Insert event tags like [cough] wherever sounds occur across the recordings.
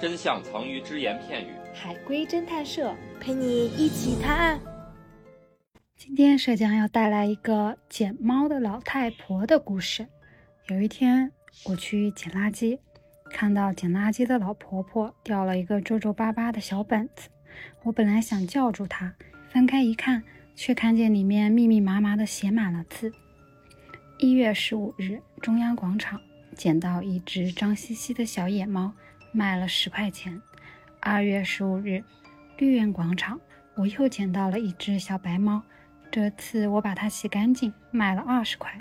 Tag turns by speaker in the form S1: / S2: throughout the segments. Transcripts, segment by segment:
S1: 真相藏于只言片语。
S2: 海龟侦探社陪你一起探案。
S3: 今天社长要带来一个捡猫的老太婆的故事。有一天，我去捡垃圾，看到捡垃圾的老婆婆掉了一个皱皱巴巴的小本子。我本来想叫住她，翻开一看，却看见里面密密麻麻的写满了字。一月十五日，中央广场捡到一只脏兮兮的小野猫，卖了十块钱。二月十五日，绿苑广场，我又捡到了一只小白猫，这次我把它洗干净，卖了二十块。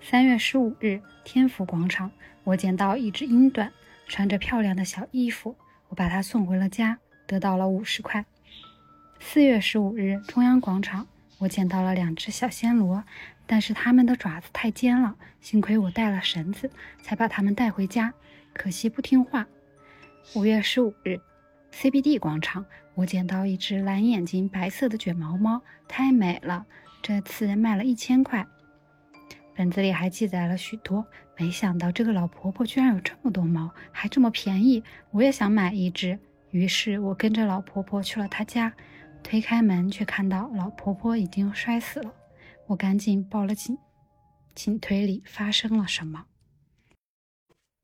S3: 三月十五日，天府广场，我捡到一只英短，穿着漂亮的小衣服，我把它送回了家，得到了五十块。四月十五日，中央广场，我捡到了两只小暹罗，但是它们的爪子太尖了，幸亏我带了绳子，才把它们带回家，可惜不听话。五月十五日。CBD 广场，我捡到一只蓝眼睛白色的卷毛猫，太美了，这次卖了一千块。本子里还记载了许多，没想到这个老婆婆居然有这么多猫，还这么便宜，我也想买一只。于是我跟着老婆婆去了她家，推开门却看到老婆婆已经摔死了，我赶紧报了警。请推理发生了什么？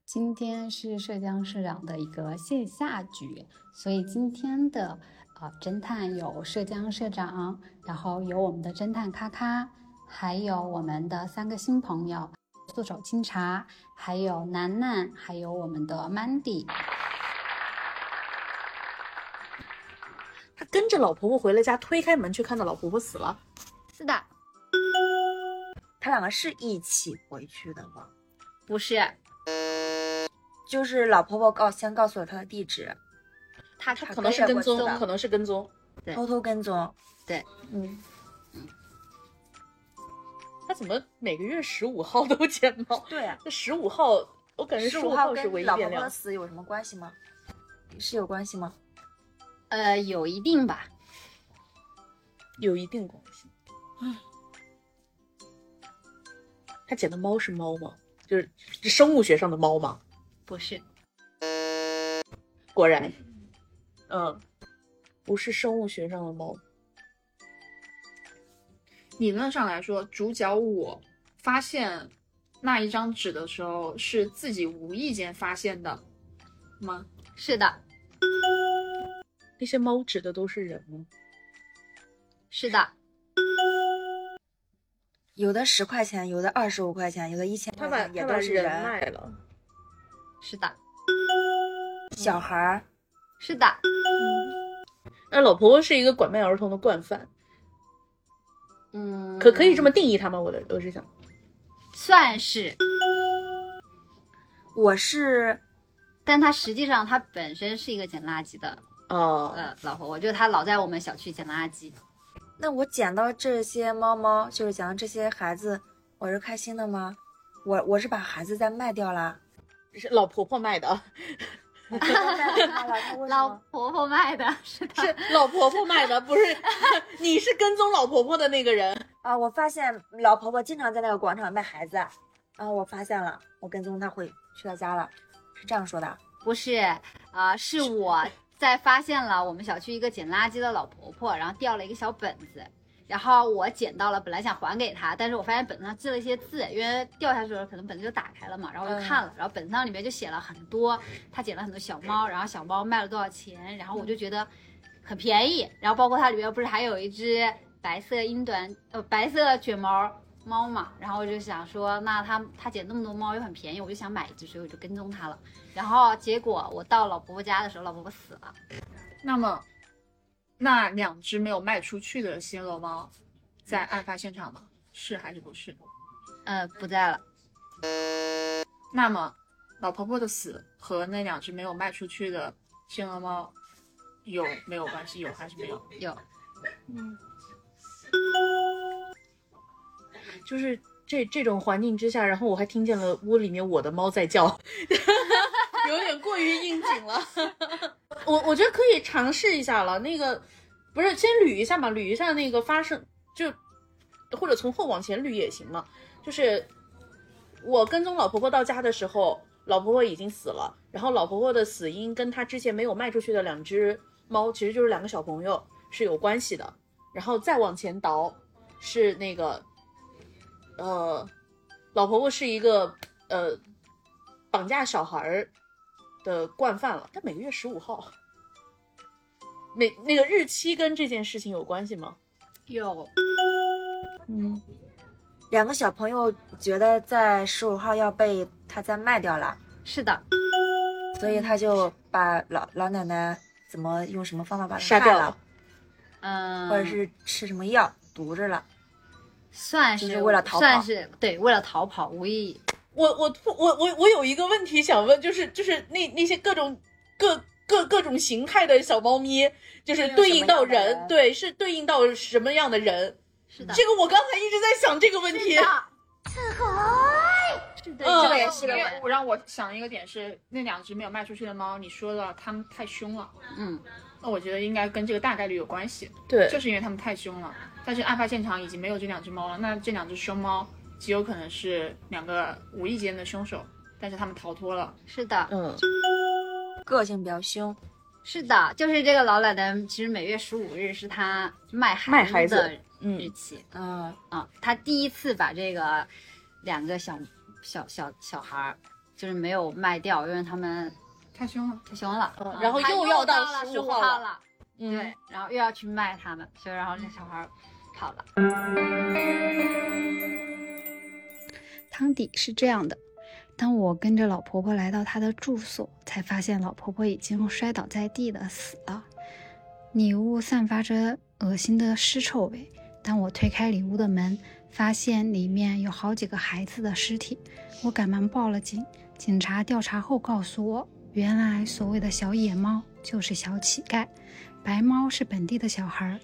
S4: 今天是浙江市长的一个线下局，所以今天的呃侦探有浙江社长，然后有我们的侦探咔咔，还有我们的三个新朋友素手清茶，还有楠楠，还有我们的 Mandy。
S5: 他跟着老婆婆回了家，推开门却看到老婆婆死了。
S6: 是的，
S7: 他两个是一起回去的吗？
S6: 不是，
S7: 就是老婆婆告先告诉我她的地址，
S6: 他
S5: 他
S7: 他
S5: 可能是
S7: 跟着
S5: 跟
S7: 我
S5: 踪
S7: 走，的
S5: 可能是跟踪。
S6: 对
S7: 偷偷跟踪。
S5: 嗯，他怎么每个月十五号都捡猫？
S7: 对啊，
S5: 那十五号，我感觉
S7: 十
S5: 五
S7: 五号
S5: 是
S7: 跟
S5: 唯一
S7: 老婆
S5: 变
S7: 婆的
S5: 量。
S7: 死有什么关系吗？是有关系吗？
S4: 呃，有一定吧。
S5: 有一定关系。他捡的猫是猫吗？就是是生物学上的猫吗？
S6: 不是，
S5: 果然，嗯，不是生物学上的猫。
S8: 理论上来说，主角我发现那一张纸的时候是自己无意间发现的吗？
S6: 是的，
S5: 那些猫指的都是人吗？
S6: 是的，
S7: 有的十块钱，有的二十五块钱，有的一千
S5: 他
S7: 块
S5: 把
S7: 钱，嗯也
S5: 他
S7: 都
S5: 把
S7: 是
S5: 人卖了。
S6: 是的，
S7: 小孩儿
S6: 是的，
S5: 那老婆婆是一个拐卖儿童的惯犯，
S4: 嗯，
S5: 可可以这么定义他吗？我的我是想，
S6: 算是，
S7: 我是
S6: 但他实际上他本身是一个捡垃圾的
S5: 哦，
S6: 呃老婆婆，就是他老在我们小区捡垃圾，
S7: 那我捡到这些猫猫，就是捡到这些孩子，我是开心的吗？我我是把孩子再卖掉 [laughs] 啦，
S5: 是老婆婆卖的，啊
S7: 我不要卖给他了，他为什
S6: 老
S7: 么？
S6: 婆婆卖的，是的，
S5: 是老婆婆卖的， [laughs] 不是你是跟踪老婆婆的那个人。
S7: 啊，我发现老婆婆经常在那个广场卖孩子，啊，我发现了，我跟踪她回去她家了，是这样说的。
S6: 不是啊、呃是我在发现了我们小区一个捡垃圾的老婆婆，然后掉了一个小本子。然后我捡到了，本来想还给她，但是我发现本子上记了一些字，因为掉下去的时候可能本子就打开了嘛，然后我就看了，然后本子上里面就写了很多，她捡了很多小猫，然后小猫卖了多少钱，然后我就觉得很便宜，然后包括它里面不是还有一只白色英短呃白色卷毛猫嘛，然后我就想说，那它它捡那么多猫又很便宜，我就想买一只，所以我就跟踪它了。然后结果我到老婆婆家的时候，老婆婆死了，
S8: 那么那两只没有卖出去的暹罗猫在案发现场吗？是还是不是？
S6: 呃，不在了，
S8: 那么老婆婆的死和那两只没有卖出去的暹罗猫有没有关系？有还是没有？
S6: 有
S5: 就是这这种环境之下，然后我还听见了屋里面我的猫在叫， [laughs] 有点过于应景了。 [laughs] 我我觉得可以尝试一下了，那个不是先捋一下嘛，捋一下那个发生就或者从后往前捋也行嘛，就是我跟踪老婆婆到家的时候，老婆婆已经死了，然后老婆婆的死因跟她之前没有卖出去的两只猫，其实就是两个小朋友是有关系的。然后再往前倒，是那个，呃，老婆婆是一个呃绑架小孩儿的惯犯了，她每个月十五号，每那个日期跟这件事情有关系吗？
S6: 有
S4: 嗯，
S7: 两个小朋友觉得在十五号要被他再卖掉了，
S6: 是的，
S7: 所以他就把老老奶奶怎么用什么方法把
S5: 杀
S7: 她
S5: 掉
S7: 害
S5: 了
S7: 了，
S6: 嗯，
S7: 或者是吃什么药毒着了。
S6: 算
S7: 就是是为了逃跑
S6: 算是对，为了逃跑，无意
S5: 我我突我我我有一个问题想问，就是就是那那些各种各各各种形态的小猫咪，就是对应到
S4: 对应什么样的
S5: 人，
S4: 人
S5: 对，是对应到什么样的人？
S6: 是的，
S5: 这个我刚才一直在想这个问题
S6: 是。的，是
S5: 嗯
S8: 这
S6: 的，这个
S8: 个
S6: 也
S8: 也
S6: 是
S8: 是
S6: 个
S8: 个
S6: 问，
S8: 我让我想的一个点是，那两只没有卖出去的猫，你说了它们太凶了，
S6: 嗯，
S8: 那我觉得应该跟这个大概率有关系，
S5: 对
S8: 就是因为它们太凶了。但是案发现场已经没有这两只猫了，那这两只凶猫极有可能是两个无意间的凶手，但是它们逃脱了。
S6: 是的，
S5: 嗯，
S7: 个性比较凶，
S6: 是的，就是这个老奶奶，其实每月十五日是她卖
S5: 卖
S6: 孩
S5: 孩
S6: 子的
S5: 子
S6: 日
S5: 嗯，
S6: 期
S7: 嗯，
S6: 啊、她第一次把这个两个小小小小孩儿，就是没有卖掉，因为他们
S8: 太凶了，
S6: 太凶了，
S5: 嗯
S6: 啊
S5: 然后
S6: 她
S5: 又
S6: 又
S5: 要到
S6: 到十
S5: 15
S6: 五
S5: 号
S6: 号
S5: 了
S6: 了，
S5: 嗯
S6: 对，然后又要去卖他们，所以然后这小孩儿跑了，
S3: 汤底是这样的：当我跟着老婆婆来到她的住所，才发现老婆婆已经摔倒在地的死了。里屋散发着恶心的尸臭味。当我推开里屋的门，发现里面有好几个孩子的尸体，我赶忙报了警。警察调查后告诉我，原来所谓的小野猫就是小乞丐，白猫是本地的小孩儿，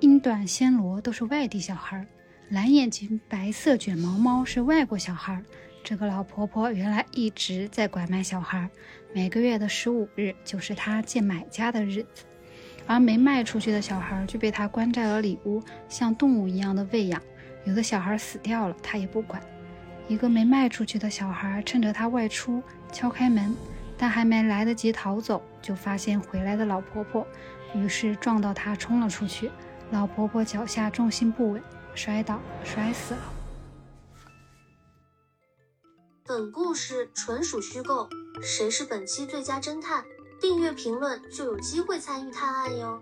S3: 英短暹罗都是外地小孩儿。蓝眼睛白色卷毛猫是外国小孩儿。这个老婆婆原来一直在拐卖小孩儿，每个月的十五日就是她见买家的日子，而没卖出去的小孩儿就被她关在了里屋，像动物一样的喂养。有的小孩儿死掉了，她也不管。一个没卖出去的小孩儿趁着她外出敲开门，但还没来得及逃走，就发现回来的老婆婆，于是撞到她冲了出去。老婆婆脚下重心不稳，摔倒摔死了。
S9: 本故事纯属虚构，谁是本期最佳侦探？订阅评论就有机会参与探案哟。